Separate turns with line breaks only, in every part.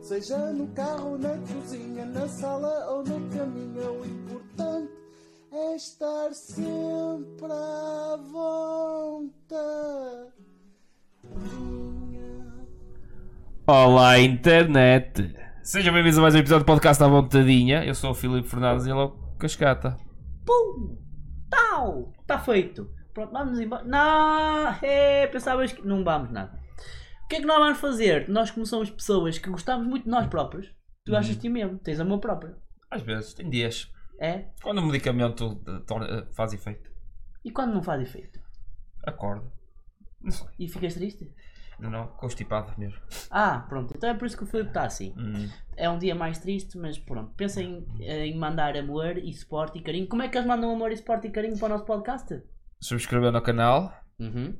Seja no carro, na cozinha, na sala ou no caminho, o importante é estar sempre à vontadinha.
Olá, internet! Sejam bem-vindos a mais um episódio do podcast à Vontadinha. Eu sou o Filipe Fernandes e ele é o Cascata.
Pum! Tal! Está Tá feito. Pronto, vamos embora. Não! É, pensavas que. Não vamos nada. O que é que nós vamos fazer? Nós, como somos pessoas que gostamos muito de nós próprios, tu achas de ti mesmo, tens amor próprio.
Às vezes, tem dias.
É?
Quando o medicamento eh, torna- eh, faz efeito,
E quando não faz efeito?
acordo. Não sei,
E ficas triste?
não, não, constipado mesmo.
Ah, pronto, então é por isso que o Filipe está assim.
Hum.
É um dia mais triste, mas pronto. Pensa em, eh, em mandar amor e suporte e carinho. Como é que eles mandam amor e suporte e carinho para o nosso podcast?
Subscrevendo ao canal,
Uhum.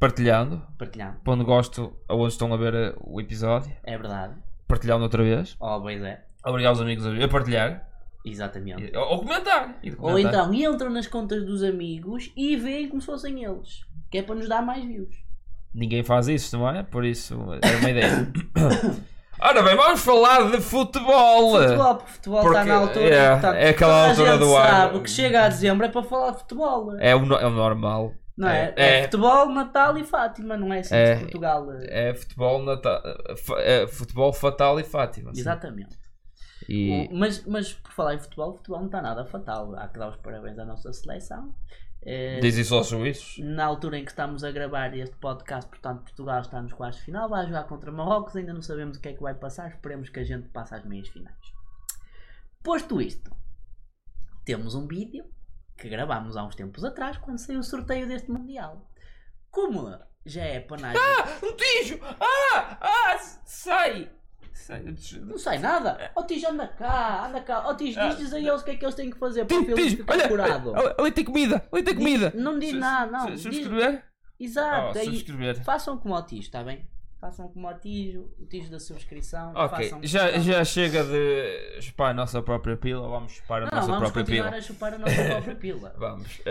partilhando,
Partilhando.
pondo gosto aonde estão a ver eh, o episódio,
É verdade.
partilhando outra vez.
Oh, pois é.
Obrigado aos amigos a a partilhar.
Exatamente.
E- Ou, ou comentar. E de
Ou
comentar.
então entram nas contas dos amigos e veem como se fossem eles. Que é para nos dar mais views.
Ninguém faz isso, não é? Por isso era uma ideia. Ora bem, vamos falar de futebol.
Futebol, porque futebol está
Porque,
na altura.
é,
portanto,
é aquela
toda a
altura
gente
do ano.
sabe que chega a dezembro é para falar de futebol.
É o, no- é o normal.
não é?
é-
É futebol, Natal e Fátima, não é assim
É-
de Portugal.
É futebol, nata- fa- é futebol fatal e Fátima. sim.
Exatamente.
E
O- mas, mas por falar em futebol, futebol não está nada fatal. Há que dar os parabéns à nossa seleção. Eh,
dizem só aos juízes.
na altura em que estamos a gravar este podcast, portanto, Portugal está nos quartos de final, vai jogar contra Marrocos, ainda não sabemos o que é que vai passar, esperemos que a gente passe às meias finais. Posto isto, temos um vídeo que gravámos há uns tempos atrás, quando saiu o sorteio deste Mundial. Como já é panagem,
Um tijo! Ah! Ah! Sai! Sai! Tijo!
não sai nada, ó Tijo anda cá, anda cá, ó Tijo diz, diz a eles o que é que eles têm que fazer para o Filipe ficar curado.
Ah! Tipo, Olha, ali tem comida! Ali tem comida!
Não diz
Su-
nada, não,
su-
diz-
Subscrever?
Exato,
Oh,
aí-
subscrever.
Façam como o Tijo, está bem? Façam como o Tijo, o Tijo da subscrição.
Ok,
façam
já, já chega de chupar a nossa própria pila, vamos chupar a
Não,
nossa
vamos
própria
continuar
pila.
a chupar a nossa própria pila.
Vamos.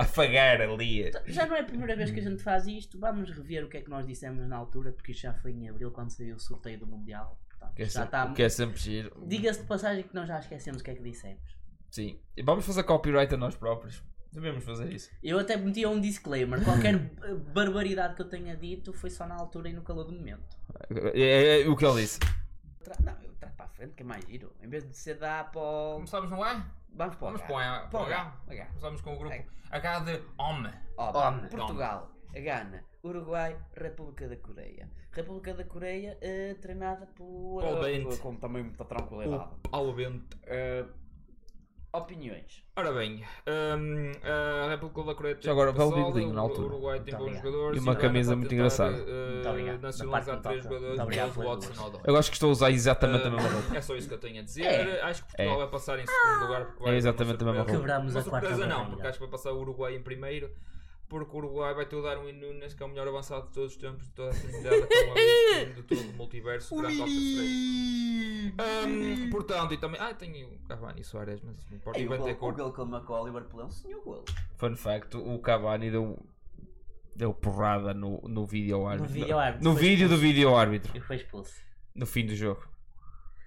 Afagar ali.
Já não é a primeira vez que a gente faz isto. Vamos rever o que é que nós dissemos na altura, porque isto já foi em abril, quando saiu o sorteio do Mundial. Portanto,
Que é,
já tá
sempre,
está.
que é sempre giro.
Diga-se de passagem que nós já esquecemos o que é que dissemos.
Sim. E vamos fazer copyright a nós próprios. Devemos fazer isso.
Eu até metia um disclaimer: qualquer b- barbaridade que eu tenha dito foi só na altura e no calor do momento.
É, é- é o que ele disse.
Tra- Não, eu trago para a frente, que é mais giro. Em vez de ser da Apple,
Começamos no A?
vamos para o
Vamos
É.
H.
para o A.
Para o
H.
H. H.
Começamos com o grupo
É.
H de Homem.
Ó,
Homem.
Portugal, Gana, Uruguai, República da Coreia. República da Coreia eh, treinada por. eh,
Paul Bent.
com também muita tranquilidade.
Alvente.
Eh, opiniões.
Ora bem, hum, a República da Coreia tem
Já agora,
bom pessoal,
vale o bigodinho na
o
altura.
Uruguai tem
Muito
bons
obrigado.
jogadores
E uma
Irã
camisa
vai
muito
tentar,
engraçada.
eh,
Muito obrigado.
Nacionalizar
Da parte
três
que me toca.
jogadores,
Muito obrigado
mas o
pela
Watson
luz.
não dói.
Eu acho que estou a usar exatamente a mesma roupa.
Eh, É só isso que eu tenho a dizer.
É.
Acho que Portugal
É.
vai passar em segundo lugar.
É
Porque vai dar uma
exatamente a mesma
surpresa.
roupa.
Quebramos
Uma
a quarta
surpresa não,
barreira.
porque acho que vai passar o Uruguai em primeiro. Porque o Uruguai vai ter o Darwin Nunes, que é o melhor avançado de todos os tempos, de toda a eternidade, que é um amigo de todo o multiverso. O um, Portanto, e também. Ah, tenho o Cavani e o Soares, mas isso não importa. E
Ei,
vai
o
ter
gol- o
cor.
gol que ele marcou ao Liverpool é um senhor gol.
Fun fact, o Cavani deu, deu porrada no, no vídeo árbitro.
videoárbitro,
No
foi
vídeo do vídeo árbitro.
E foi expulso.
No fim do jogo.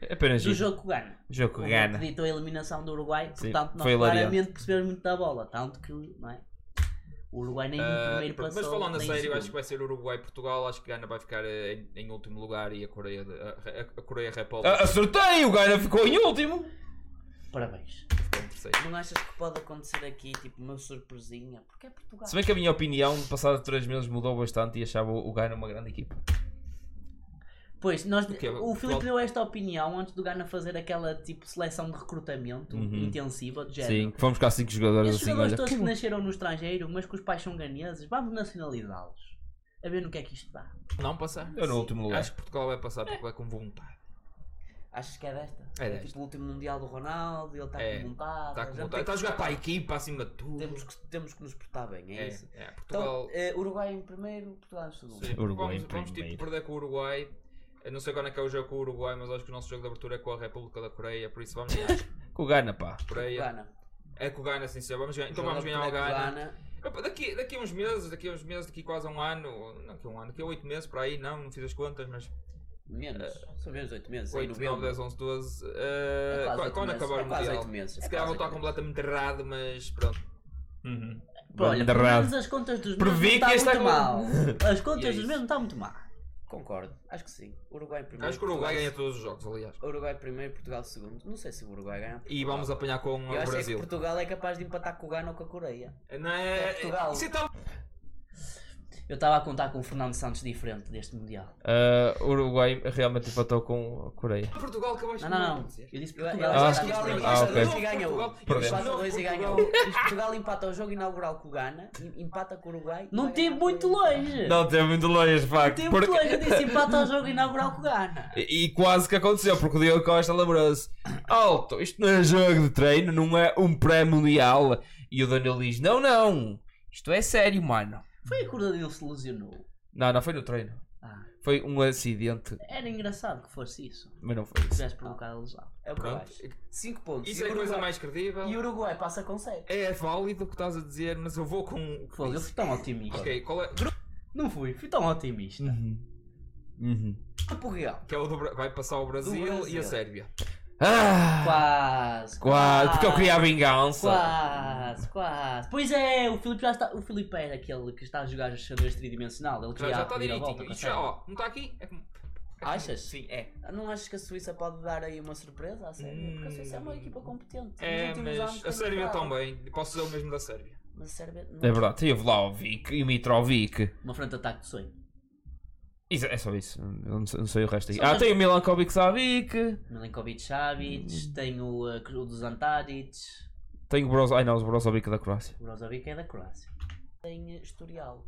É apenas
Do
isso.
jogo com Gana.
O jogo
O
que
gol
gana.
que ditou a eliminação do Uruguai,
Sim,
portanto, nós
foi hilariante.
claramente percebemos muito da bola. Tanto que, não é? O Uruguai nem
Ah,
em primeiro
pronto,
passou.
mas falando a
nem em
sério, acho que
segundo.
vai ser Uruguai e Portugal. Acho que Gana vai ficar eh, em, em último lugar e a Coreia, de- a, a- a Coreia República
Ah, acertei! O Gana ficou em último!
Parabéns.
ficou em terceiro.
Não achas que pode acontecer aqui, tipo, uma surpresinha? Porque é Portugal.
Se bem que a minha opinião, passado 3 meses, mudou bastante e achava o Gana uma grande equipa.
Pois, nós,
O quê?
o
Futebol-
Filipe deu esta opinião antes do Gana fazer aquela tipo seleção de recrutamento
Uhum.
intensiva de
Sim,
género.
que fomos cá 5 jogadores
Esses
assim,
jogadores
olha.
todos que
pum.
nasceram no estrangeiro, mas que os pais são ganeses, vamos nacionalizá-los. A ver no que é que isto dá.
Não passar?
Eu no último lugar.
Acho que Portugal vai passar porque vai com vontade.
Achas que é desta?
É desta.
tipo o último mundial do Ronaldo, ele está
É,
com vontade.
Está
a
com
gente
vontade. Está a jogar para a equipa acima de tudo.
tem- Temos que, temos que nos portar bem, é,
É,
isso.
é,
Então,
Portugal.
eh, Uruguai em primeiro, Portugal em segundo.
Sim,
Uruguai
vamos,
em
vamos tipo
primeiro.
perder com o Uruguai. Eu não sei quando é que é o jogo com o Uruguai, mas acho que o nosso jogo de abertura é com a República da Coreia. Por isso vamos ganhar com
Com o Gana, pá.
a Coreia.
Gana.
É com o Gana, sim, senhor. Vamos ganhar. Então
Joga
vamos ganhar o
Portugal com
Gana.
Gana.
Opa, Daqui, daqui a uns meses, daqui a uns meses, daqui quase a um ano, não, daqui a um ano, daqui a oito meses para aí, não, não fiz as contas, mas
Menos. São menos 8 meses. em
8, 9,
novembro.
10, 11, 12. uh,
É quase
qua-
oito
quando
meses,
acabar
é
o
quase
Mundial.
oito meses, é
Se
quase
calhar vou estar
oito
completamente errado, mas pronto.
Uhum.
Pô, Olha,
Banda
pelo
errado.
menos as contas dos meses
Previ
não
que
está
esta
muito mal. As é E é contas dos isso. meses não está muito mal. Concordo. Acho que sim. Uruguai em primeiro.
Acho que o Uruguai ganha
Portugal-
todos os jogos, aliás.
Uruguai primeiro, Portugal segundo. Não sei se o Uruguai ganha.
E vamos apanhar com
Eu
o
acho é que
Brasil.
Portugal é capaz de empatar com o Gana ou com a Coreia.
Não é.
É Portugal.
Isso é tal-
Eu estava a contar com o Fernando Santos diferente deste Mundial.
Ah, o Uruguai realmente empatou com a Coreia.
Portugal que abaixo
Não, não,
do
não.
mundo, disseste.
Eu disse
Eu- eu
Portugal.
Ah,
acho que
Portugal
isto é
empata
mais-
dois
Não,
e ganha um.
Portugal-
Perdemos.
Não,
Empata dois e ganha um.
Portugal-
Portugal empata o jogo inaugural com o Gana, em- empata com o Uruguai. e
Não
vai
tem
ganhar
muito
com-
longe.
Não teve muito longe, de facto.
Tem
porque-
muito longe, eu disse empata o jogo inaugural com o Gana.
E, e quase que aconteceu, porque o Diogo Costa lembrou-se: Alto, isto não é jogo de treino, não é um pré-mundial. E o Danilo diz: Não, não, isto é sério, mano.
Foi a cura dele se lesionou.
Não, não foi no treino.
Ah,
Foi um acidente,
era engraçado que fosse isso.
mas não foi isso.
Tivesse provocado a lesão.
É o que eu
Pronto.
acho. 5 pontos.
Isso
E
é a coisa
Uruguai-
mais credível.
E o Uruguai passa com 7.
É válido o que estás a dizer, mas eu vou
um
com.
Pô, eu fui tão otimista.
Ok, qual é.
Não fui, fui tão otimista.
Uhum. Uhum.
Portugal.
Que é o do... Bra- Vai passar o Brasil,
Do Brasil.
e a Sérvia.
Ah,
Quase,
quase, porque eu queria a vingança.
Quase, quase. Pois é, o Filipe já está. O Filipe é aquele que está a jogar as xadrez tridimensional. é Ele
Já,
queria
já está
pedir a volta
direitinho.
com a
Isto já,
Sérvia.
ó, não está aqui? É como-
Achas?
Sim, é.
Não achas que a Suíça pode dar aí uma surpresa à Sérvia? Porque a Suíça é uma
Hum.
equipa competente. Nos
É,
últimos anos
mas
tem
a Sérvia
melhorado.
também. Posso dizer o mesmo da Sérvia.
Mas a Sérvia não.
É verdade, teve lá o Vic e o Mitrovic.
Uma frente de ataque de sonho.
Isso, é só isso, eu não sei, não sei o resto aqui.
Só
Ah,
mais-
tem o Milan Kovic Savic,
Milinkovic
Hum.
Savic, tem o,
eh,
uh, o dos Antadic,
tem o Brozovic. Ai não, o Brozovic da Croácia.
o Brozovic é da Croácia.
Tem historial.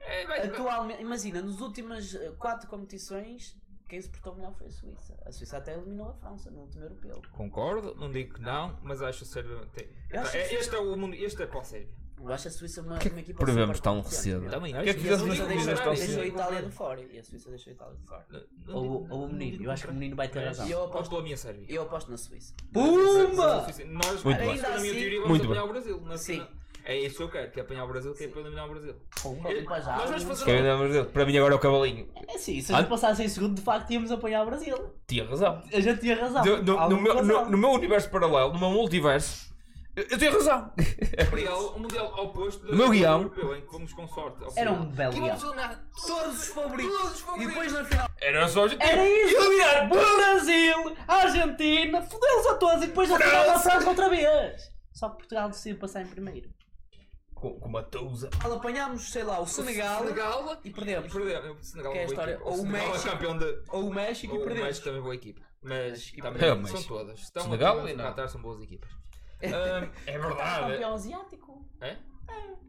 É, vai-
Atualmente, imagina, nas últimas 4 competições, quem se portou melhor foi a Suíça. A Suíça até eliminou a França no último europeu.
Concordo, não digo que não, mas acho a Sérvia. Tem...
Eu acho
Tá, é-
que-
Este é o mundo. Este é para a Sérvia.
Eu acho a Suíça uma, uma equipa
Prevemos
super
é tão
competente.
cedo.
Também
Porquê
acho.
que
E a Suíça
fizeste
Não digo
deixou, deixou a
recomendações tão
contrário, não
cedo?
digo
Itália de
contrário.
fora. E a Suíça deixou a Itália de fora.
assim? Não- não
Ou, o-
digo-
ou o
não
menino,
digo
eu acho que o
contrário.
menino vai ter razão.
E eu
Aposto
aposto,
pela minha Sérvia.
eu aposto na Suíça.
Pumba!
Nós, assim
Muito
Era
bem.
isso, na minha
Ainda
teoria, vamos
Muito
apanhar o Brasil. na
Sim.
final. É isso que eu quero, que é apanhar o Brasil, que é
Sim.
para eliminar o Brasil.
Pumba,
Eu-
pumba já.
nós vamos
Que
fazer.
eu ainda não vos digo. Para mim agora é o cavalinho.
É sim, se a gente
Ah.
passasse em segundo, de facto íamos apanhar o Brasil.
Tinha razão.
A gente tinha razão.
Do- do- no,
Alguma
meu, no,
razão.
no meu universo paralelo, no meu multiverso, eu, eu tenho razão.
É para ele um mundial oposto do
O meu guião.
europeu, em que fomos com sorte. ao
Era
final.
um belo
Que
guião.
vamos eliminar
Todos os favoritos.
todos os
E
favoritos.
depois na final.
Era só o objetivo.
Era isso! Eliminar Brasil, Argentina, fodeu-se a todos e depois a final da França outra vez! Só que Portugal decidiu passar em primeiro.
Com, com uma tousa.
Apanhámos, sei lá, o Senegal.
Senegal
e perdemos.
E perdemos. O Senegal
Que é a
boa
história.
equipa.
Ou o
Senegal
México.
é campeão de.
Ou o México
Ou
e
o
perdemos.
México também é boa equipa. Mas
México e
também
perdeu. É, o
são
México.
todas. Estão
Senegal
a
e não.
Qatar são boas equipas. Ahm,
É
Campeão asiático.
é?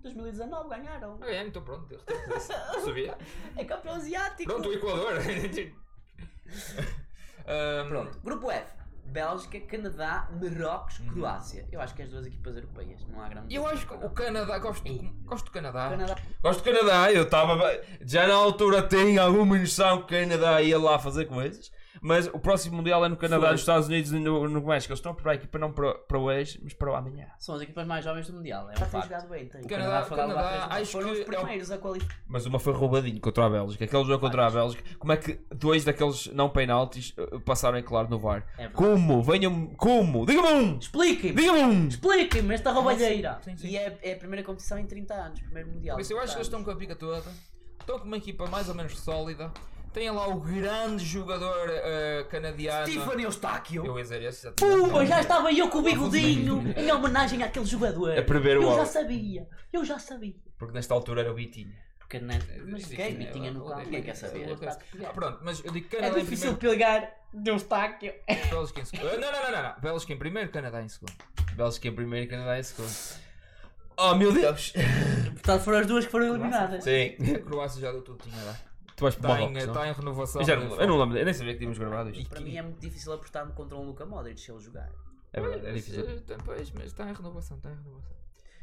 2019 ganharam.
Ah, é, então pronto. eu Sabia?
É campeão asiático.
Pronto, o Equador.
Ah,
Ahm,
Pronto. Grupo F. Bélgica, Canadá, Marrocos, Croácia. Eu acho que as duas equipas europeias. Não há grande.
Eu acho que o Canadá, gosto, gosto do Canadá.
Canadá.
Gosto do Canadá, eu estava. Já na altura tenho alguma noção que o Canadá ia lá fazer coisas. Mas o próximo Mundial é no Canadá,
Foi.
nos Estados Unidos e no, no México. Eles estão para aqui para não para, para hoje, mas para o amanhã.
São as equipas mais jovens do Mundial, é
Já tem
um facto.
jogado bem, tem.
O Canadá,
Canadá foi
o
lá levar
Canadá
três
acho
Foram os
que é o-
primeiros a qualificar.
Mas uma foi roubadinho contra a Bélgica. Aquele jogo contra a Bélgica. Como é que dois daqueles não penaltis eh, passaram em claro no VAR?
É verdade.
Como? Venham. Como? Diga-me um!
Expliquem-me!
Diga-me um!
Expliquem-me esta roubalheira!
E é, é a primeira competição em 30 anos, primeiro mundial.
Por isso eu acho que eles estão com a pica toda, estão com uma equipa mais ou menos sólida, tem lá o grande jogador eh, canadiano.
Tiffany Eustáquio.
Eu ia dizer esse, já tinha.
Pumba! Já estava eu com o bigodinho em homenagem àquele jogador!
É prever o
eu já
alvo.
sabia! Eu já sabia!
Porque nesta altura era o Vitinho.
Porque não Mas
Existe,
quem é me
né?
tinha no
Ou-
carro?
ou-
Ninguém quer saber.
ou- ou- Ah, Pronto, mas eu digo
É
Canadá em
difícil
primeiro,
pegar deu Eustáquio!
Bélgica em segundo. Ah, Não, não, não, não, não. Bélgica em primeiro, Canadá em segundo.
Bélgica em primeiro e Canadá em segundo. Oh meu
Então,
Deus!
Portanto foram as duas que foram eliminadas.
Sim.
A Croácia já deu tudo que tinha a dar.
Tu vais para
Está em,
Marrocos, não?
tá em renovação.
Eu, já
de-
não, eu não lembro, eu nem sabia que tínhamos gravado isto.
Para mim é muito difícil apostar-me contra um Luca Modric se ele jogar.
É verdade, é difícil.
Eh, Pois, mas está em renovação, está em renovação.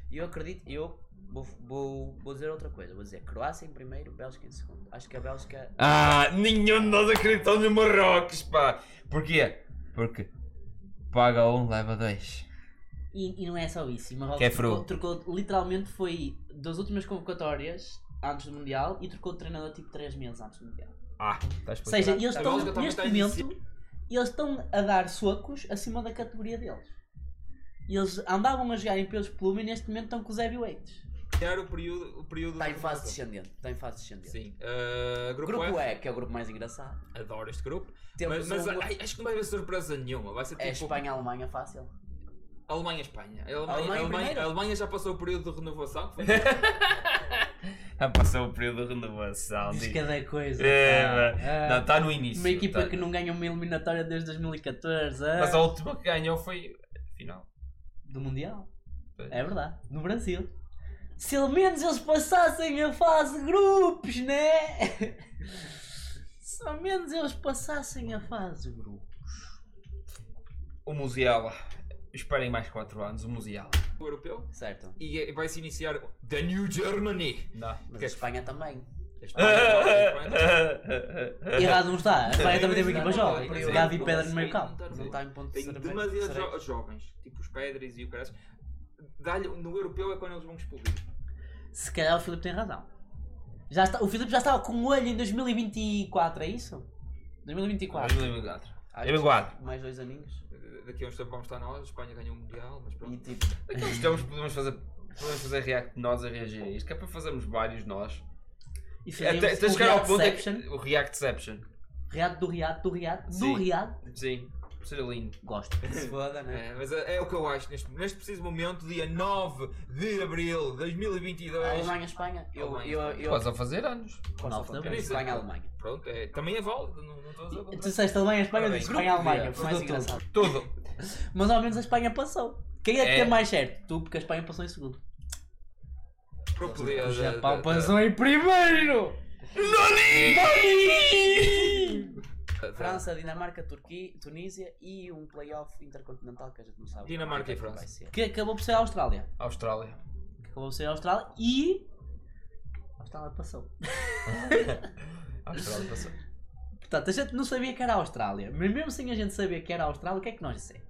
E eu acredito, eu vou, vou, vou dizer outra coisa. Vou dizer Croácia em primeiro, Bélgica em segundo. Acho que a Bélgica.
Ah, nenhum de nós acreditou no Marrocos, pá! Porquê? Porque paga um, leva dois.
E, e não é só isso. E Marrocos
Que é
trocou,
fru.
trocou- literalmente foi das últimas convocatórias antes do Mundial e trocou de treinador tipo 3 meses antes do Mundial.
Ah,
Tá
estás
Ou seja,
explicado.
eles
A
estão,
Bélgica também
neste
está em
momento, eles estão a dar socos acima da categoria deles. Eles andavam a jogar em pelos pluma e neste momento estão com os heavyweights.
Tirar o período. O período
Está Tá em fase
de
descendente. Está em fase descendente.
Sim. Ah, grupo,
Grupo
F.
E, que é o grupo mais engraçado.
Adoro este grupo.
Temos
mas mas,
um-
ai, acho que não vai haver surpresa nenhuma. Vai ser tipo
É Espanha-Alemanha fácil.
Alemanha-Espanha. A Alemanha,
Alemanha
a Alemanha,
primeiro.
a Alemanha já passou o período de renovação. Foi
Já passou É o período de renovação.
Diz
digo.
cada coisa.
É,
pá. Ah,
Não, está no início.
uma equipa
tá.
que não ganha uma eliminatória desde 2014. ah,
Mas é a última que ganhou foi a final.
Do Mundial.
Pois.
É verdade. No Brasil. Se ao menos eles passassem a fase de grupos, né? Se ao menos eles passassem a fase de grupos.
O Musiala. Esperem mais 4 anos, o Musiala.
o europeu.
Certo.
E é, vai se iniciar The New Germany.
Não.
Mas
Que-
a Espanha também.
A Espanha, a Espanha-
Errado não está. A Espanha também tem uma equipa
Não,
jovem.
não, não,
Gavi e
não,
Pedra
não,
no meio campo.
Não está em ponto de
Tem
cerve-
demasiados
cereja.
jo jovens, tipo os Pedres e o Caras. Dá-lhe no europeu é quando eles vão explodir.
Se calhar o Filipe tem razão. Já está, o Filipe já estava com o olho em 2024, é isso? 2024.
2004.
Acho
Eu
que
quadro.
Mais dois aninhos.
Daqui a uns tempos vamos estar nós, a Espanha ganhou o Mundial, mas
E
pronto.
tipo,
Daqui a uns tempos podemos fazer, podemos fazer react de nós a reagir a isto, que é para fazermos vários nós.
E fizemos
Até, até
o
chegar ao ponto em
Reactception,
que- o Reactception.
Reato do Reato do Reato do
Sim.
Reato.
Sim, seria lindo.
Gosto.
se foda, né?
É, mas é, é o que eu acho neste, neste preciso momento, dia 9 de abril de 2022.
É.
Alemanha-Espanha. Eu,
Alemanha,
eu,
Espanha.
eu,
Quase a fazer anos.
Nove
eu,
também.
Espanha-Alemanha.
Pronto, é, também é válido, não não estou a dizer o
Tu
contrário.
disseste Alemanha, Espanha, eu
Parabéns.
disse Espanha, Alemanha.
Grupo
Foi mais
Fudeu tudo.
engraçado.
Tudo.
Mas ao menos a Espanha passou. Quem é que
É.
tem mais certo? Tu, porque a Espanha passou em segundo.
Grupo de-
O
de-
Japão
de-
passou
é
em primeiro! NONI!
de- de-
França, Dinamarca, Turquia, Tunísia e um playoff intercontinental que a gente não sabe.
Dinamarca
o que é
e
que vai
França.
ser.
Que acabou por ser a Austrália.
Austrália.
Que acabou por ser a Austrália e. A Austrália passou.
Austrália tá passou.
Portanto, a gente não sabia que era a Austrália. Mas mesmo sem a gente saber que era a Austrália, o que é que nós dissemos?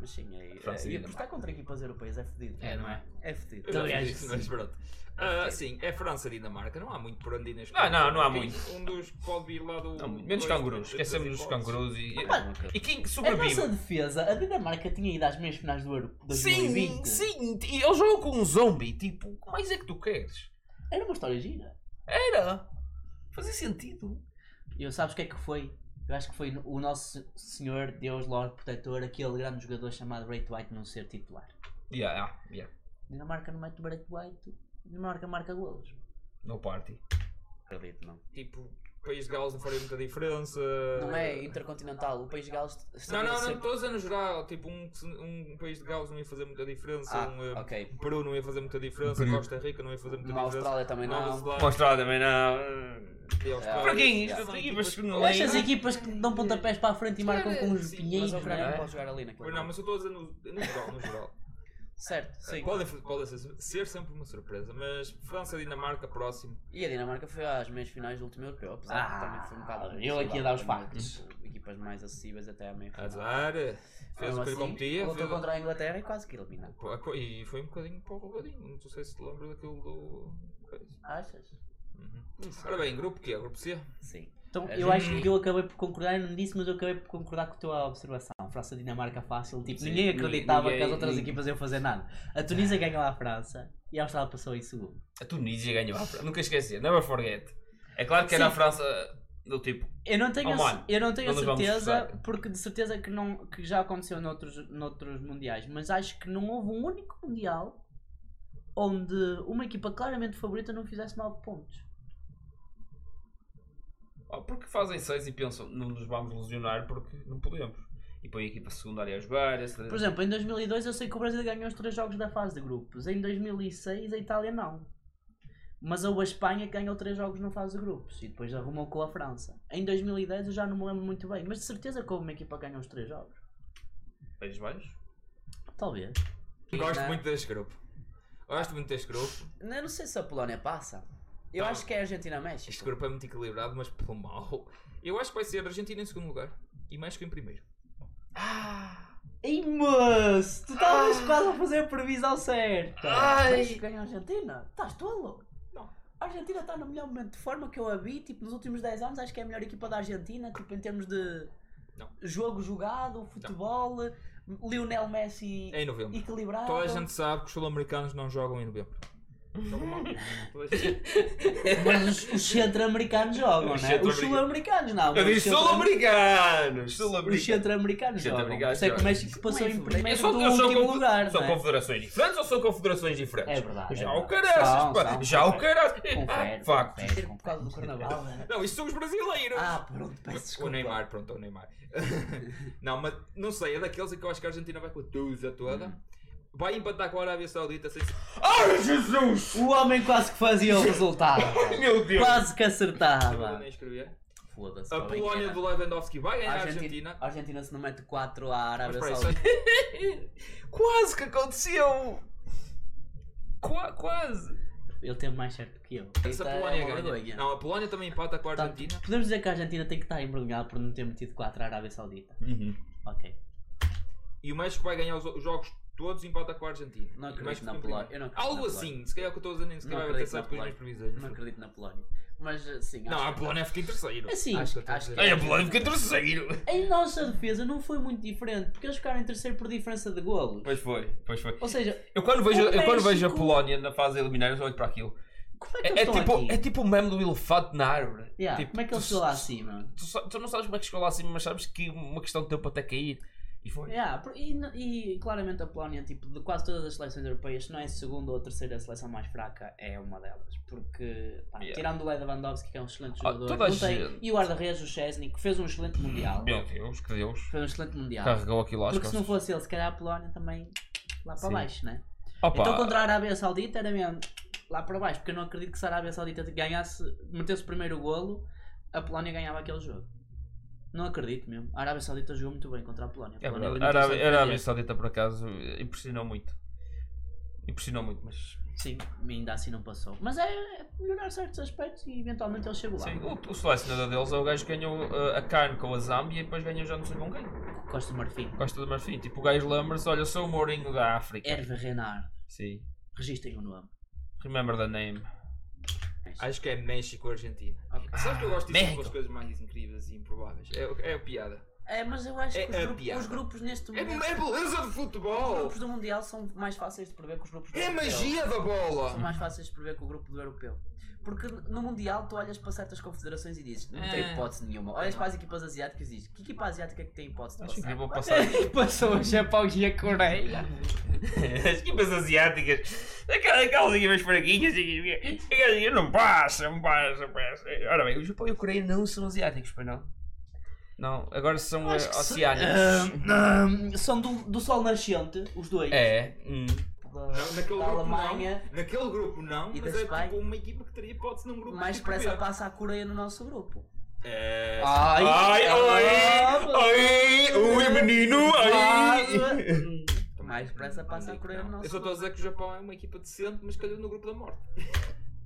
Mas sim, é,
França e
é, e apostar contra equipas europeias é fedido.
É, não é?
É fedido.
Eu já
Então,
fiz
é,
isso, mas pronto. Ah, sim, é França Dinamarca, não há muito por onde ir neste
Não,
grupo.
não, não há
Quem-
muito.
Um dos que pode vir lá do.
Não, menos
dois,
cangurus.
três,
Esquecemos
três
dos
hipóteses.
cangurus e. E quem
A nossa
sobrevive?
defesa, a Dinamarca tinha ido às meias finais do Euro 2020.
Sim, sim. E eles jogam com um zombie. Tipo, o que mais é que tu queres?
Era uma história gira.
Era. Fazia sentido.
E eu sabes o que é que foi? Eu acho que foi o nosso Senhor Deus Lord Protetor, aquele grande jogador chamado Bray White não ser titular.
Yeah, yeah, yeah.
Dinamarca não é mete o Bray White, Dinamarca marca golos.
No party.
Acredito, não.
Tipo, o país de Gales não faria muita diferença.
Não é intercontinental. O país de Gales está
Não, não, não,
ser...
estou a dizer no geral. Tipo, um, que se- um país de Gales não ia fazer muita diferença. um, eh,
Ah, ok.
Peru não ia fazer muita diferença.
Um Peru.
Costa Rica não ia fazer muita
Uma
diferença.
Austrália também
Nova
não.
Zelândia
Austrália também não.
e Austrália. Tipo,
Para quem
Yeah.
isto?
São
Equipas
equipas-
segundo
Deixa as
leis.
equipas que dão pontapés para a frente e marcam com os
Mas
Sim,
pinheiros. né?
a Ucrânia
não
não
é?
pode jogar ali naquele.
Não, mas eu estou a dizer no, no geral, no geral.
Certo, sim.
Podem podem ser, ser sempre uma surpresa, mas França e Dinamarca próximo.
E a Dinamarca foi às meias finais do último europeu, apesar
Ah,
que também foi um bocado.
eu aqui a dar os
também,
factos.
tipo, Equipas mais acessíveis até à meia final.
Azar, eh, fez
Mesmo
o que lhe
assim,
competia.
Lutou
fez-
contra a Inglaterra e quase que eliminado.
Pô, a co- E foi um bocadinho para o roubadinho, não sei se te lembro daquele do. coisa.
Achas?
Uhum. Ora bem, grupo que é? Grupo C?
Sim.
Então,
É,
eu
sim.
assim.
acho que eu acabei por concordar, eu não disse, mas eu acabei por concordar com a tua observação. França-Dinamarca fácil, tipo,
Sim,
ninguém
ninguém-
acreditava que as
ninguém-
outras
ninguém-
equipas iam fazer nada. A Tunísia ganhou à França e a Austrália passou em segundo.
A Tunísia ganhou a França. Nunca esqueci. Never forget. É claro que era
Sim.
a França do tipo.
Eu não tenho,
Oh,
a-
mano,
eu não tenho a
não nos vamos
certeza,
esforçar.
porque de certeza que, não, que já aconteceu noutros, noutros mundiais, mas acho que não houve um único mundial onde uma equipa claramente favorita não fizesse 9 pontos.
"Oh, porque fazem seis e pensam, não nos vamos lesionar porque não podemos. E põe a equipa secundária a jogar. Essa...
Por exemplo, em 2002 eu sei que o Brasil ganhou os três jogos da fase de grupos. Em 2006 a Itália não. Mas houve a Espanha que ganhou três jogos na fase de grupos e depois arrumou com a França. Em 2010 eu já não me lembro muito bem, mas de certeza que houve uma equipa que ganhou os três jogos.
Países Baixos.
Talvez.
Gosto
Não.
muito deste grupo. Gosto muito deste grupo.
Não, eu não sei se a Polónia passa. Eu
Não.
acho que é Argentina-México.
Este grupo é muito equilibrado, mas pelo mal. Eu acho que vai ser Argentina em segundo lugar e México em primeiro.
Ei moço, tu estavas quase a fazer a previsão certa.
Ai.
Acho que ganhou a Argentina. Estás tolo?
Não.
A Argentina está no melhor momento de forma que eu a vi, tipo, nos últimos 10 anos acho que é a melhor equipa da Argentina, tipo, em termos de
Não.
jogo jogado, futebol, Lionel Messi
É em novembro.
equilibrado.
Toda a gente sabe que os sul-americanos não jogam em novembro. Jogam mal. Toda a gente-
Mas os, os centro-americanos jogam,
Os
é?
né? Os
centro-americanos.
sul-americanos não.
Eu
mas os
disse
centro-
sul-americanos!
Os
Sul-americanos!
centro-americanos
Os
jogam.
centro-americanos
Isso é que o
jogam.
México passou em
Eu
primeiro
sou-
do
eu sou
último
confu-
lugar,
São
não é?
confederações diferentes ou são confederações diferentes?
É verdade,
Já
é
o
verdade.
caraças,
São,
pá,
são,
Já
são.
o caraças!
Confere,
Ah, Factos!
confere,
Por causa do carnaval.
é?
Não, isso são os brasileiros.
ah, pronto, peço desculpa.
o Neymar, pronto, é o Neymar. não, mas não sei, é daqueles em que eu acho que a Argentina vai com a tusa toda.
Hum.
Vai empatar com a Arábia Saudita sem.
Ai Jesus!
O homem quase que fazia o resultado.
Meu Deus!
quase que
Eu
acertava.
nem escrever.
Foda-se.
é
A
podem
Polónia
ganhar.
do Lewandowski vai ganhar a
Argentina,
Argentina.
a Argentina se não mete 4 à
Mas
Arábia
espera aí,
Saudita.
só-
Quase que aconteceu! Qua- quase!
Ele teve mais certo que eu.
se a
Então, é
Polónia
uma
é- ganha.
vergonha.
Não, a Polónia também empata com a
Portanto,
Argentina.
podemos dizer que a Argentina tem que estar envergonhada por não ter metido 4 à Arábia Saudita.
Uhum.
Ok.
E o México vai ganhar os, os jogos todos e empata com a Argentina.
Não
E o
acredito
México
na
fica em
Polónia,
primeiro.
eu não acredito
Algo
na Polónia.
assim, se calhar o que eu estou a dizer, nem se
Não
calhar vai ter
acredito na
sete coisas nas previsões.
Não acredito na Polónia. Mas sim,
Não, a
acho que-
Polónia fica em terceiro.
Assim,
Acho que eu estou a
acho
dizer.
Ai, a Polónia fica em terceiro!
Em nossa defesa não foi muito diferente, porque eles ficaram em terceiro por diferença de golos.
Pois foi, pois foi.
Ou seja,
Eu quando vejo,
O
eu quando vejo a
México-
Polónia na fase eliminar, eu olho para aquilo.
como é que
É,
eles
é
estão
tipo,
aqui?
é tipo o meme do elefante na árvore.
Yeah,
tipo,
como é que eles
tu-
estão lá acima?
Tu, só- tu não sabes como é que chegou lá acima, mas sabes que uma questão de tempo até cair. E foi.
Yeah, por- e, n- e claramente a Polónia, tipo, de quase todas as seleções europeias, se não é a segunda ou a terceira seleção mais fraca, é uma delas. Porque, pá,
Yeah.
tirando o Lewandowski, que é um excelente
Ah,
jogador,
toda a
não tem-
gente.
e o guarda-redes, o Chesney, que fez um excelente mundial.
Meu Deus, que Deus.
Fez um excelente mundial.
Carregou aquilo às
Porque se não
costas.
fosse ele, se calhar a Polónia também lá para
Sim.
baixo, né?
Opa,
Então contra a Arábia Saudita era mesmo lá para baixo, porque eu não acredito que se a Arábia Saudita ganhasse, metesse o primeiro golo, a Polónia ganhava aquele jogo. Não acredito mesmo. A Arábia Saudita jogou muito bem contra a Polónia.
é
A Polónia
verdade.
limitou-se
Arábia,
a
Arábia
defender.
Saudita, por acaso, impressionou muito. Impressionou muito, mas.
Sim, ainda assim não passou. Mas é melhorar certos aspectos e eventualmente eles chegam lá.
Sim, o, o selecionador deles é o gajo que ganhou uh, a carne com a Zâmbia e depois ganhou já não sei com quem.
Costa do Marfim.
Costa do Marfim. Tipo, o gajo lembra-se: olha, sou o Mourinho da África.
Hervé Renard.
Sim.
Registrem o nome.
Remember the name.
Acho que é México ou Argentina. Sabes que eu gosto de dizer
México.
com as coisas mais incríveis e improváveis? É, o- é a piada.
É, mas eu acho
É
que os,
a
grupo-
piada.
os grupos neste
É,
momento.
é beleza do
Os
futebol!
grupos do Mundial são mais fáceis de prever que os grupos do
É
europeu.
magia da
São
bola!
É mais fáceis de prever que o grupo do Europeu. Porque no Mundial tu olhas para certas confederações e dizes, não tem
É.
hipótese nenhuma. Olhas para as equipas asiáticas e dizes, que equipa asiática é que tem hipótese de
Acho que
passar?
eu vou passar.
Passou o Japão e a Coreia.
As equipas asiáticas, aquelas, aquelas equipas fraquinhas, assim, aquelas equipas não passa, não passa, não passa. Ora bem, o Japão e a Coreia não são asiáticos, pois não? Não, agora são eh,
Acho que se-
oceânicos.
Ahm, ahm,
ah,
são do, do Sol Nascente, os dois.
Ah, É, hum.
Da,
Não, naquele
da
grupo
Alemanha,
não. Naquele grupo não,
E
mas
da
é
Espanha.
tipo uma equipa que teria hipótese num grupo
mais
tipo B.
depressa passa a Coreia no nosso grupo.
É.
Ai,
Ai, tá ai,
ah,
ai, ui menino, ai.
Hum,
Mais depressa passa a Coreia no
Eu
nosso
só estou a
grupo.
dizer que o Japão é uma equipa decente, mas calhou no grupo da morte.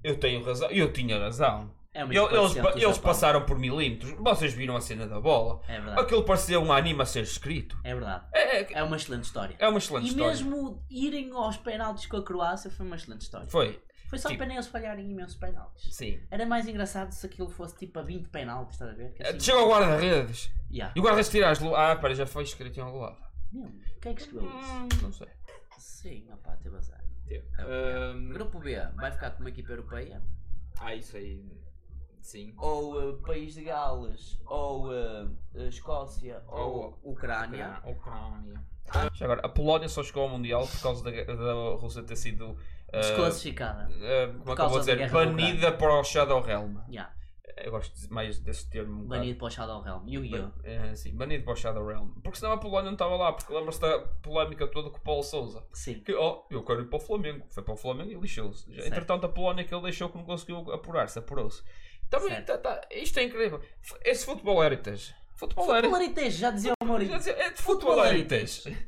Eu tenho razão, eu tinha razão.
É uma
Eu-
equipa
eles
decente,
pa-
o
eles
Japão.
passaram por milímetros, vocês viram a cena da bola.
É verdade.
Aquilo parecia um anime a ser escrito.
É verdade.
É, é,
É uma excelente história.
é uma excelente
E
história.
mesmo irem aos penaltis com a Croácia foi uma excelente história.
Foi,
Foi só
Tipo-
para eles falharem imensos penaltis.
sim.
Era mais engraçado se aquilo fosse tipo a 20 penaltis, estás a ver? Que
Eh,
assim-
Chega ao guarda-redes.
Yeah.
E o guarda-redes tira as luvas. Ah, pera, já foi escrito em algum lado.
Meu, quem é que escreveu isso?
Hum, não sei.
Sim, opá, teve azar.
Teve.
É o que é.
Ahm,
Grupo B vai ficar com uma equipa europeia,
Ah, isso aí. Sim.
ou eh, País de Gales, ou eh, eh, Escócia, ou Ucrânia.
Ucrânia. Ucrânia.
Já agora, a Polónia só chegou ao Mundial por causa da, da Rússia ter sido. eh,
Desclassificada.
eh, como é que eu
causa
vou
da
dizer?
guerra da
Banida para o Shadow Realm.
Yeah.
Eu gosto de- mais desse termo. um bocado.
Banido para o Shadow Realm. Yu-Gi-Oh!
Eh, sim, banido para o Shadow Realm. Porque senão a Polónia não estava lá, porque lembra-se da polémica toda com o Paulo Souza.
Sim.
Que, oh, eu quero ir para o Flamengo. Foi para o Flamengo e lixou-se. Já-
Certo.
Entretanto, a Polónia que ele deixou que não conseguiu apurar-se, apurou-se. Também,
Certo.
tá- tá- isto é incrível. F- Esse futebol heritage. Futebol heritage.
Polarites, já dizia o Mourinho.
Quer dizer, É de futebol heritage.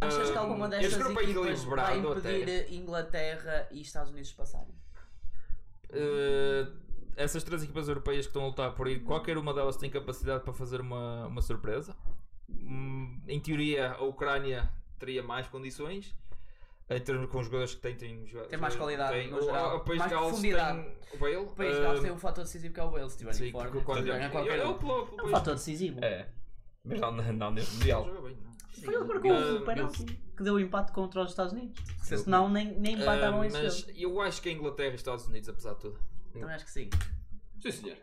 Achas que alguma
Este
destas
grupo é
equipas vai
equilibrado
impedir
até.
eh, Inglaterra e Estados Unidos de passarem?
Uh, essas três equipas europeias que estão a lutar por ir, qualquer uma delas tem capacidade para fazer uma, uma surpresa. Hum, em teoria, a Ucrânia teria mais condições. Uh, Em termos com os jogadores que tem, tem,
Tem mais qualidade,
tem-
no
o-
geral.
o País
Mais
de Gales
profundidade.
tem o Bale.
O país de Gales tem um fator decisivo que é o Wales, se tiver
Ah, Sim,
em
que-
forma.
que- quando-
ganha
eu-
qualquer
eu
um.
pelo- pelo
Um
País de
fator decisivo.
É. Mas não, não, não neste Mundial.
Gales joga bem, não. é?
Foi ele que marcou
Ah,
o penalti que deu o empate contra os Estados Unidos.
Sim.
Senão nem, nem empatavam
Ah,
esse
Mas
jogo.
eu acho que a Inglaterra e os Estados Unidos, apesar de tudo.
Também acho que sim.
Sim, senhor.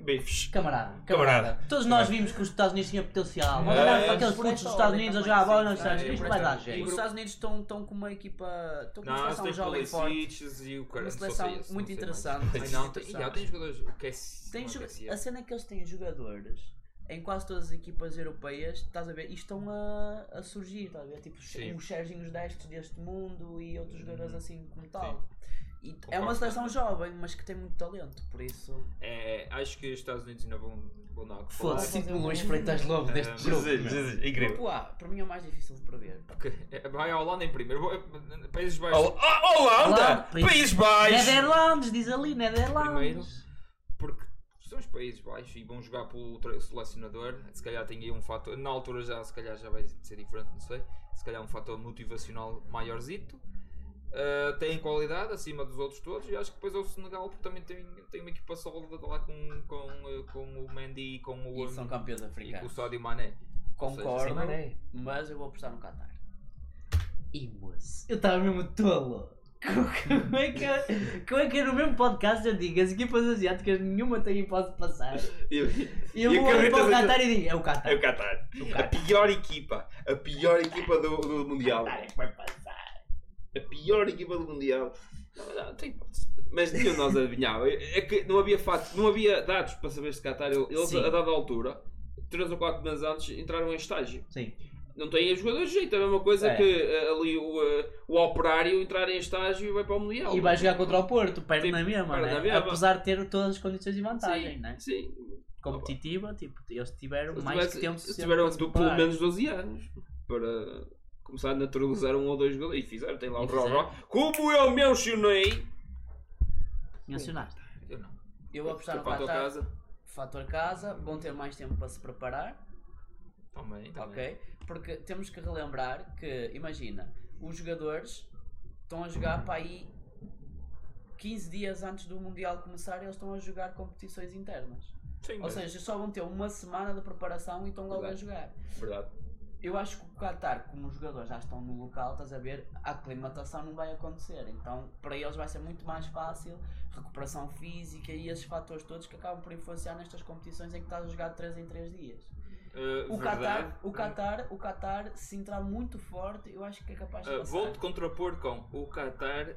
Bifes.
Camarada,
Camarada.
Todos nós vimos que os Estados Unidos tinham potencial.
Ah,
Vamos
É,
olhar para
é,
aqueles
por
frutos
esta
dos Estados
ordem
Unidos a
também,
jogar a bola
sim,
nos Estados
sim,
Unidos
por
vai
esta
dar
E os
jeito.
Estados Unidos estão estão com uma equipa. Estão com uma
Não, eles
seleção
têm
jovem e forte.
Pulisic e o cara.
Uma seleção muito interessante.
Ai, não, tem, já tem jogadores. O que é
Tem
não,
joga-
o que é-
a cena é que eles têm jogadores em quase todas as equipas europeias, estás a ver? E estão a, a surgir, estás a ver? Tipo,
Sim. Uhum.
uns Serginhos destes deste mundo e outros jogadores assim como tal. E é
Concordo.
uma seleção jovem, mas que tem muito talento, por isso.
É, acho que os Estados Unidos ainda vão, vão dar o que falar.
Foda-se, o Luís Freitas Lobo deste
Ah,
grupo.
Jesus, Jesus, incrível.
um Grupo A, para mim é o mais difícil de prever.
Porque, é, Vai a Holanda em primeiro. Vou- é, Países Baixos
Hol- Ah, Holanda!
Holanda, País-
País Baixo!
Netherlands, diz ali,
primeiro.
Netherlands.
Porque são os Países Baixos e vão jogar pelo tra- selecionador. Se calhar tem aí um fator. Na altura já, se calhar já vai ser diferente, não sei. Se calhar um fator motivacional maiorzito. Ah, têm qualidade acima dos outros todos e acho que depois é o Senegal porque também tem, tem uma equipa sólida lá com, com, eh, com o Mendy e com o,
E são
um,
campeões
e com o
africanos.
Sadio Mané.
Concordo,
Ou seja,
mas eu vou apostar no Qatar.
E moço, eu estava mesmo tolo. Como é, que, eu- como é que eu no mesmo podcast eu digo as equipas asiáticas nenhuma tem hipótese de passar? E eu
E o
vou olhar para o
Cabritas-
Qatar e digo: é o Qatar.
É o Qatar. A pior equipa. A pior equipa do, do Mundial.
é
A pior equipa do Mundial. Não, não, não tem hipótese. Mas nenhum de nós adivinhava. É que não havia fatos, não havia dados para saber se Qatar. Eles,
Sim.
a dada altura, 3 ou 4 meses antes, entraram em estágio.
Sim.
Não têm jogadores de jeito. É a mesma coisa
É.
que eh, ali o, eh, o operário entrar em estágio e vai para o Mundial.
E vai jogar contra o Porto, perde
Tipo,
na mesma,
perde
né?
na mesma.
apesar de ter todas as condições de vantagem,
Sim,
né?
sim.
competitiva, tipo, eles tiveram
Eles
mais
tivesse-
que tempo
eles
suficiente
tiveram
para se
do- pelo
preparar.
menos 12 anos para começar a naturalizar um ou dois jogadores. E fizeram, tem lá o
E fizeram.
Roró. Como eu mencionei,
mencionaste.
Eu não.
Eu vou apostar
foi
no
para a tua
Qatar.
casa.
Fator casa, vão ter mais tempo para se preparar.
Também, tá. também.
Ok? Porque temos que relembrar que, imagina, os jogadores estão a jogar para aí 15 dias antes do Mundial começar, eles estão a jogar competições internas.
Sim,
Ou
mas-
seja, só vão ter uma semana de preparação e estão logo a
Verdade.
jogar.
Verdade.
Eu acho que o Qatar, como os jogadores já estão no local, estás a ver, a aclimatação não vai acontecer. Então, para eles vai ser muito mais fácil, recuperação física e esses fatores todos que acabam por influenciar nestas competições em que estás a jogar de 3 em 3 dias.
Eh,
O
verdade.
Qatar, o Qatar, o Qatar, se entrar muito forte, eu acho que é capaz de
Eh,
passar.
Vou-te contrapor com o Qatar,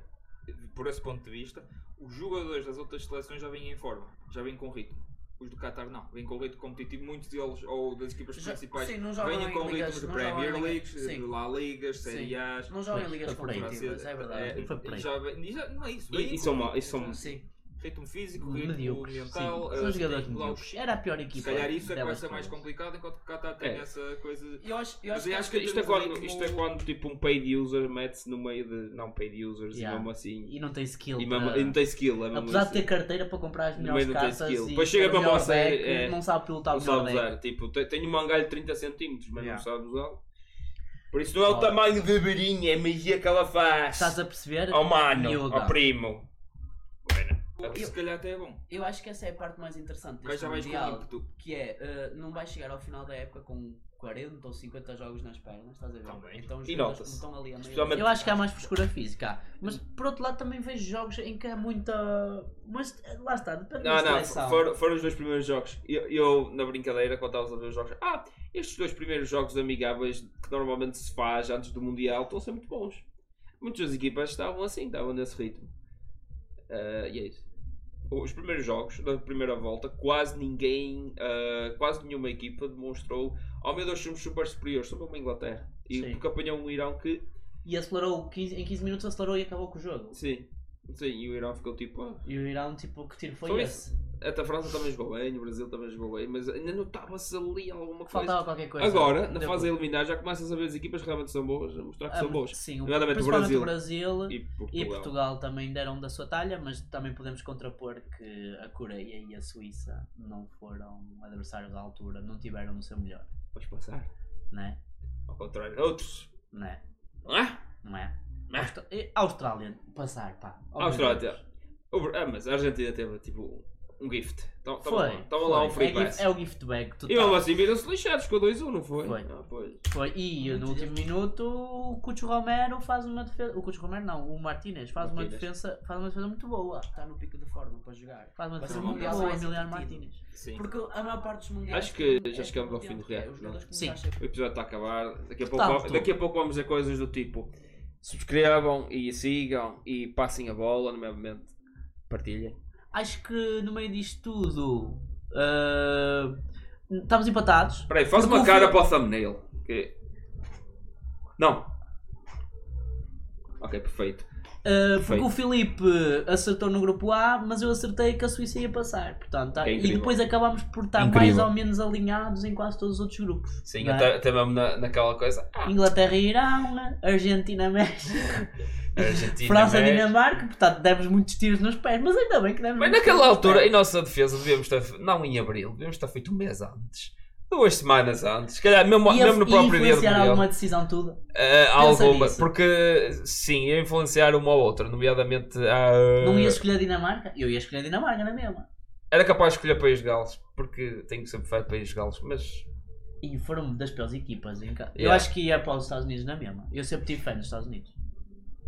por esse ponto de vista, os jogadores das outras seleções já vêm em forma, já vêm com ritmo. Os do Qatar não, vêm com ritmo competitivo, muitos deles, ou das equipas
Já-
principais,
sim, não jogam
vêm
em
com
ligas-
ritmos de
não jogam em
Premier
ligas-
Leagues,
sim.
de La Ligas, Série
Sim.
A's.
Não jogam em
Pois,
ligas
é por aí.
competitivas, é verdade.
eh,
Foi por aí.
já vêm- e já- não é isso,
E-
vêm
e
com
são ma-
ritmo,
e são-
Sim.
ritmo
um
físico, ritmo
é tipo
Medíocres, sim.
mental, eh,
São jogadores
tem lá o
medíocres.
chip.
Era a pior
se
equipa.
calhar isso é que vai
delas
ser mais
todas.
complicado, enquanto que o Qatar tem
É.
essa coisa.
Eu acho, eu
Mas
acho
eu
que,
acho que
em
Isto é,
termos
quando,
de
isto é
ritmo-
quando tipo um paid user mete-se no meio de não paid users
Yeah.
e mesmo assim.
E não tem skill.
E, mesmo-
para-
e não tem skill, é mesmo
Apesar de
assim.
ter carteira para comprar as
No
melhores
meio não tem
cartas
skill.
e
Depois chega
ter o
para
melhor
você,
deck,
é,
não sabe pilotar o
Não
melhor
sabe
deck.
usar. Tipo, te- tenho um mangalho de 30 centímetros, mas
Yeah.
não sabe usá-lo. Por isso não é o
Oh.
tamanho da beirinha, é a magia que ela faz.
Estás a perceber?
Ao mano,
Miúda.
ao primo.
Se calhar até é bom.
Eu acho que essa é a parte mais interessante
Mas
deste
já vais com
Mundial,
ímpeto.
que é, eh, não vais chegar ao final da época com 40 ou 50 jogos nas pernas, estás a ver?
Também.
Então os
E
jogadores
nota-se.
não estão ali a meio.
Especialmente-
Eu acho que há mais frescura física. há. Mas por outro lado também vejo jogos em que há muita. Mas eh, lá está, depende
Não,
da
não,
seleção.
foram, foram os dois primeiros jogos. Eu, eu, na brincadeira, quando estavas a ver os jogos, ah, estes dois primeiros jogos amigáveis que normalmente se faz antes do Mundial estão a ser muito bons. Muitas equipas estavam assim, estavam nesse ritmo. Ah, e é isso. Os primeiros jogos, da primeira volta, quase ninguém, ah, quase nenhuma equipa demonstrou, ao meu Deus, somos super superiores, somos uma Inglaterra. E
Sim.
porque apanhou um Irão que,
E acelerou 15 em 15 minutos acelerou e acabou com o jogo.
sim, sim, e o Irão ficou tipo, ah,
E o Irão, tipo, que tiro foi
Foi
esse?
Até a França também jogou bem, o Brasil também jogou bem, mas ainda notava-se ali alguma coisa.
Faltava qualquer coisa.
Agora, na
Deu
fase a
por-
eliminar, já começas a ver as equipas que realmente são boas, a mostrar que
Ah,
são boas.
Sim, o,
Nomeadamente o
principalmente o
Brasil.
Brasil
E Portugal.
e Portugal também deram da sua talha, mas também podemos contrapor que a Coreia e a Suíça não foram adversários à altura, não tiveram no seu melhor,
Vais passar.
né?
Ao contrário de outros.
né?
Não é?
não é? Austra- e Austrália, passar, pá. Oh,
Austrália. Over- Ah, mas a Argentina teve tipo um gift. Toma
Foi.
lá, toma lá
foi.
um free
é,
pass.
gift- é o gift bag total.
E mesmo assim viram-se lixados, ficou 2-1, não foi?
Foi.
Ah, pois.
Foi. E no último minuto o Cucho Romero faz uma defesa. O Cucho Romero não, o Martínez faz uma
Martínez.
defesa, faz uma defesa muito boa. Tá
Está no pico de forma para jogar.
Faz uma
Vai ser
defesa
um
muito
mundial
boa,
mais
Emiliano
divertido.
Martínez.
Sim.
Porque a maior parte dos mundiais.
Acho que
é
já chegamos ao fim do
tempo, é,
reato,
Os
não?
jogadores que
Sim.
começam a chegar.
O episódio está a acabar. Daqui a, pouco,
Portanto-
vamos- daqui a pouco vamos a coisas do tipo: subscrevam e sigam e passem a bola, nomeadamente partilhem.
Acho que no meio disto tudo. ah, estamos empatados. ah,
Espera aí, faz
Porque
uma
o
cara
Fi-
para o thumbnail. que- Não. Ok, perfeito.
Uh, porque
Perfeito.
o Filipe acertou no grupo A, mas eu acertei que a Suíça ia passar. Portanto, tá-
É
e
incrível.
depois acabámos por estar
Incrível.
mais ou menos alinhados em quase todos os outros grupos.
Sim,
não é?
até mesmo na, naquela coisa.
Inglaterra e Irão, Argentina, México,
Argentina.
França,
México.
Dinamarca, portanto demos muitos tiros nos pés, mas ainda bem que demos.
Mas
muitos
naquela
tiros nos
altura,
pés.
em nossa defesa, devíamos ter. fe- Não em abril, devíamos ter feito um mês antes. Duas semanas antes. Se calhar mesmo,
Ia-
mesmo no
ia
próprio dia do
influenciar
Mundial.
alguma decisão toda.
Ah, alguma.
nisso.
Porque, sim, ia influenciar uma ou outra, nomeadamente a.
Não
Eh,
ia escolher a Dinamarca? Eu ia escolher a Dinamarca é na mesma.
Era capaz de escolher País de Gales, porque tenho que sempre fazer País de Gales, mas.
E foram das piores equipas. Em ca- Eu
Yeah.
acho que ia para os Estados Unidos na mesma. Eu sempre tive fé nos Estados Unidos.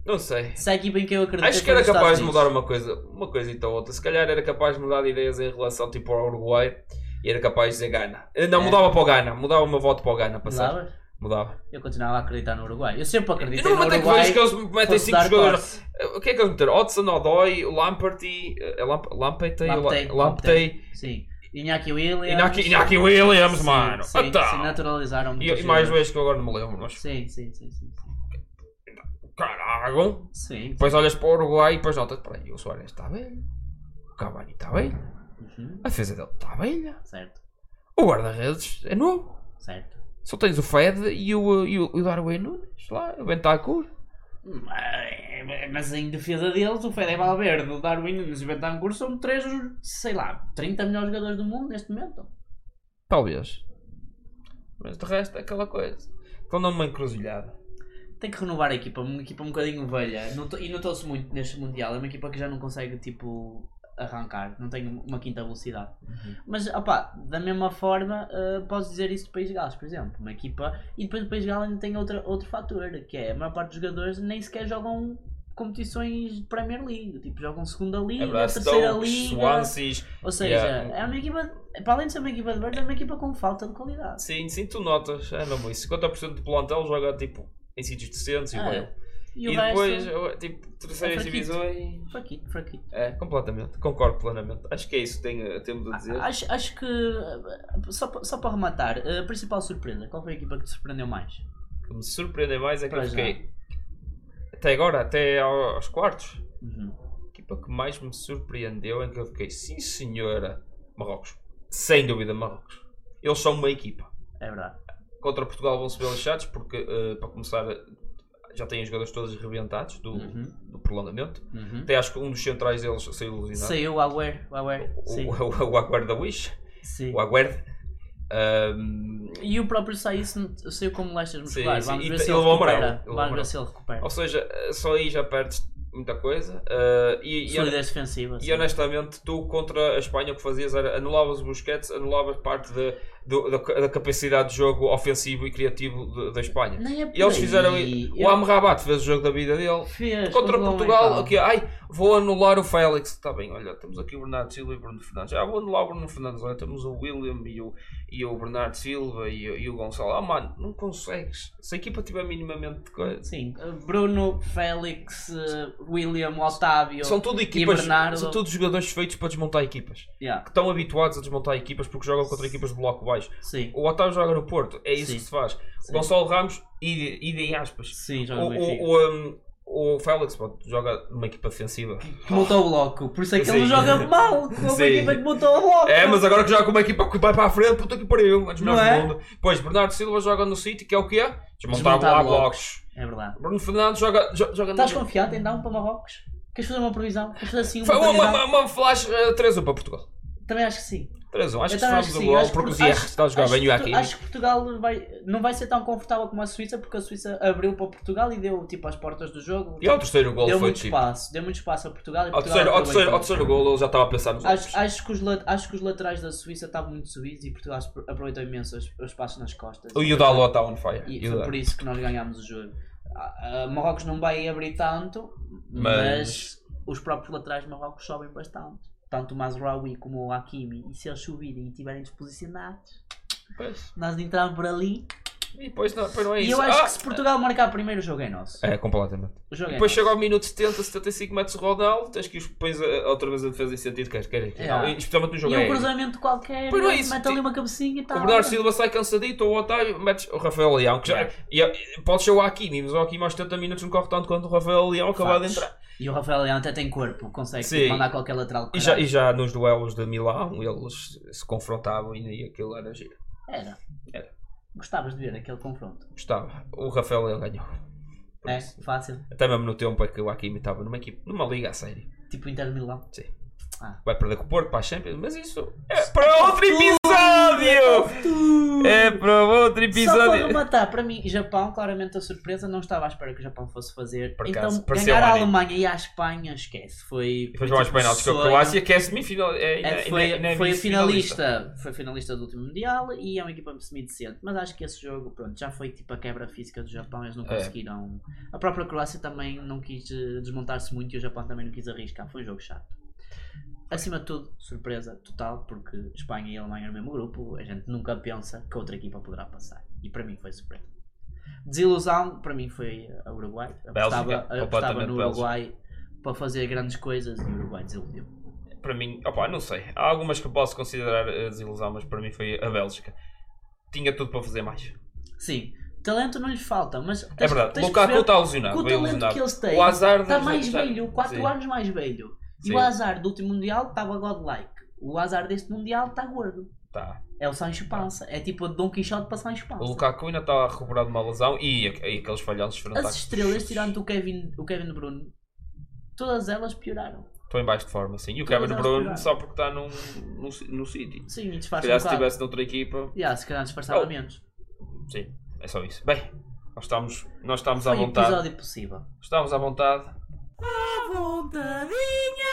Não sei.
Se a equipa em que eu acredito é
Acho que era capaz de mudar uma coisa, uma coisa então outra. Se calhar era capaz de mudar de ideias em relação tipo ao Uruguai e era capaz de dizer Gana. Eh, Não,
É.
mudava para o Gana, mudava o meu voto para o Gana, passar.
Mudavas?
Mudava.
Eu continuava a acreditar no Uruguai. Eu sempre acreditei
E
no
no momento em que vejo
Uruguai.
que eles me metem
fosse
5
dar
jogadores.
corte.
Eh, O que é que eles meteram? Odson Odoi, Lamperty, eh, Lamp- Lampetey,
Lamptey,
La- Lamptey,
Sim. Iñaki Williams.
Inaki Inaki Williams,
Sim,
mano.
Sim,
Então.
sim, naturalizaram
E,
muitos
e mais
jogadores.
vezes que eu agora não me lembro, mas
Sim, sim, sim. Sim.
caralho.
sim.
Depois olhas para o Uruguai e depois notas, peraí, o Soares está bem, o Cavani está bem,
Uhum.
a defesa dele está bem,
Certo,
o guarda-redes é novo.
certo.
Só tens o Fed e o, e o, e o Darwin Nunes lá, o Bentacur.
Mas- Mas em defesa deles, o Fede Valverde, o Darwin Nunes e o Bentancur são três, sei lá, 30 melhores jogadores do mundo neste momento.
Talvez. Mas de resto é aquela coisa. Estão numa encruzilhada.
Tem que renovar a equipa, uma equipa um bocadinho velha. Notou- e notou-se muito neste Mundial. É uma equipa que já não consegue, tipo, arrancar. Não tem uma quinta velocidade.
Uhum.
Mas, opá, da mesma forma, eh, posso dizer isso do País de Gales, por exemplo. Uma equipa. E depois do País de Gales ainda tem outra, outro fator, que é a maior parte dos jogadores nem sequer jogam competições de Premier League. Tipo, jogam
É
segunda liga, terceira liga.
Swanseas.
Ou seja,
Yeah.
é uma equipa. Para além de ser uma equipa de verdes, é uma equipa com falta de qualidade.
Sim, sim, tu notas. É mesmo isso. 50% do plantel joga tipo em sítios decentes e
Ah,
bem.
E
E,
o
depois,
resto.
tipo, terceiras
é fraquito.
divisões.
Fraquito, fraquito.
É, completamente. Concordo plenamente. Acho que é isso que tenho, temos a dizer.
Acho, acho que, uh, só, pa- só para rematar, a principal surpresa, qual foi a equipa que te surpreendeu mais?
O que me surpreende mais é que eu
Para já.
fiquei.
é.
Até agora, até ao- aos quartos. Uhum. equipa que mais me surpreendeu em que eu fiquei, sim senhora, Marrocos. Sem dúvida, Marrocos. Eles são uma equipa.
É verdade.
Contra Portugal vão se ver lixados porque, eh, para começar, já têm os jogadores todos rebentados do,
Uhum.
do prolongamento.
Uhum.
Até acho que um dos centrais deles saiu lesionado.
Saiu o Agüero, o Agüero,
O,
sim.
o, o Aguerd da Wish.
sim.
O Aguerd. Ahm,
E o próprio saiu, saiu como leixas musculares,
sim,
vamos
e
ver
te-
se
ele
ele
levou amarelo,
recupera.
ele levou
Vamos ver
amarelo.
se ele recupera.
ou seja, eh, só aí já perdes muita coisa. Ah, e, e,
Solidez defensiva,
E
sim.
honestamente, tu contra a Espanha o que fazias era anulavas o Busquets, anulavas parte da- do- da, da capacidade de jogo ofensivo e criativo de- da Espanha.
Nem é por
E eles
aí.
fizeram. i- O
Eu-
Amrabat fez o jogo da vida dele.
Fez, um
Contra
contra o
Portugal,
América.
aqui, ai, vou anular o Félix. Está bem, olha, temos aqui o Bernardo Silva e o Bruno Fernandes. Ah, vou anular o Bruno Fernandes. Olha, temos o William e o, e o Bernardo Silva e, o- e o Gonçalo. Ah, mano, não consegues. Se a equipa tiver minimamente de coisa.
Sim, Bruno, Félix, eh, William, Otávio.
São tudo equipas,
Bernardo.
são todos jogadores feitos para desmontar equipas.
Yeah,
que estão habituados a desmontar equipas porque jogam contra equipas de bloco baixo.
Sim,
O Otávio joga no Porto, é isso
Sim.
que se faz.
Sim.
O Gonçalo Ramos, ide, ide em aspas.
sim,
O,
joga no Benfica.
o, o, um, o Félix pô, joga numa equipa defensiva.
que montou o bloco. Por isso é que ele
Sim.
joga mal com uma
Sim.
equipa que montou o bloco.
É, mas agora que joga com uma equipa que vai para a frente, puta que pariu, é dos
Não
melhores
é?
do mundo. Pois, Bernardo Silva joga no City, que é o quê? Desmontar,
Desmontar
lá
blocos.
blocos.
É verdade.
Bruno Fernandes joga... jo- joga
Estás
no...
confiado em dar um para Marrocos? Queres fazer uma previsão? Queres fazer assim uma
Foi uma,
previsão?
uma, uma flash eh, 3-1 para Portugal.
Também acho que sim.
3-1. Acho que
Então, acho
somos
que
o
sim,
gol
acho que-
porque o
acho
Ziyech
que-
está a jogar
acho
bem
que
e o
Portu-
Hakimi.
Acho que Portugal vai, não vai ser tão confortável como a Suíça, porque a Suíça abriu para Portugal e deu tipo as portas do jogo.
E ao terceiro gol
deu
foi
muito
tipo.
espaço, deu muito espaço a Portugal e
Ao
Portugal
terceiro, ao, terceiro, ao
aproveitou.
terceiro gol eu já estava a pensar nos outros.
Acho, acho, que os, la- acho que os laterais da Suíça estavam muito subidos e Portugal apro- aproveitou imenso os, os passos nas costas.
O Yudalo está on fire.
E
Yudalo.
foi por isso que nós ganhámos o jogo. A- a Marrocos não vai abrir tanto, mas, os próprios laterais de Marrocos sobem bastante. Tanto o Mazraoui como o Hakimi. E se eles subirem e estiverem disposicionados,
Pois.
nós entramos por ali.
E depois não, depois não é
E
isso.
eu acho
Ah!
que se Portugal marcar primeiro, o jogo é nosso.
É, completamente.
O jogo é
Depois
nosso.
chega ao minuto 70, 75 metros o Ronaldo, tens que os pões a- outra vez a defesa em sentido, queres, queres. queres.
Yeah.
Não, e Especialmente no jogo
E um
aéreo.
cruzamento qualquer,
Pois não é
ele
isso,
mete
ti-
ali uma cabecinha e tal.
O Bernardo Silva sai cansadito, ou o Otávio, metes o Rafael Leão, que já. e- e- pode ser o Hakimi, mas o Hakimi aos 70 minutos não corre tanto quanto o Rafael Leão acabado de
Factos.
entrar.
E o Rafael Leão até tem corpo, consegue tipo,
Sim.
mandar qualquer lateral. do
E já,
caralho.
e já nos duelos de Milão eles se confrontavam e aquilo era giro.
Era.
Era.
Gostavas de ver aquele confronto.
Gostava. O Rafael Leão ganhou. Por
É,
isso.
fácil.
Até mesmo no tempo em que o Hakimi estava numa equipe, numa liga a sério.
Tipo Inter de Milão.
Vai perder com o Porto para a Champions, mas isso é para outro episódio! É para outro
um Só para
episódio!
rematar, para mim, Japão, claramente a surpresa, não estava à espera que o Japão fosse fazer.
Por
então,
acaso, pareceu
ganhar a
ontem.
Alemanha e a Espanha, esquece. Foi.
Depois
foi
vão aos
tipo
penaltis com a
sonho.
Croácia, que é semifinal. É,
É,
é-
foi,
é- é
foi a
vice-finalista.
finalista, foi a finalista do último Mundial e é uma equipa semidecente. Mas acho que esse jogo, pronto, já foi tipo a quebra física do Japão, eles não
É.
conseguiram. A própria Croácia também não quis eh, desmontar-se muito e o Japão também não quis arriscar. Foi um jogo chato. Acima de tudo, surpresa total, porque Espanha e Alemanha no mesmo grupo, a gente nunca pensa que outra equipa poderá passar. E para mim foi surpresa. Desilusão, para mim foi a Uruguai. Apostava, apostava
completamente
no
Bélgica.
Uruguai para fazer grandes coisas e o Uruguai desiludiu.
Para mim, opá, não sei. Há algumas que eu posso considerar eh, desilusão, mas para mim foi a Bélgica. Tinha tudo para fazer mais.
Sim, talento não lhes falta, mas
É
tens-
verdade,
tens que
Lukaku
perceber
está
que
lesionado,
o
veio
talento
lesionado.
que eles têm
O azar
está
dos-
mais
está-
velho, 4
Sim.
anos mais velho. E
Sim.
o azar do último Mundial estava godlike. O azar deste Mundial está gordo.
Tá.
É o Sancho Panza. É tipo o Dom Quixote para Sancho
O
Panza.
Lukaku ainda está a recuperar de uma lesão e, e aqueles falhanços
As
frontais.
estrelas, tirando o Kevin, o Kevin Bruno, todas elas pioraram.
Estão em baixo de forma, sim. E o
Todas
Kevin
elas
Bruno
pioraram.
só porque está num, num, num City.
Sim, e
Se
disfarça um
calhar se
bocado.
estivesse noutra equipa,
Yeah, se calhar disfarçava
Oh,
menos.
sim, é só isso. Bem, nós estamos, nós estamos à
Foi um
vontade.
episódio possível.
Estamos à vontade.
vontadinha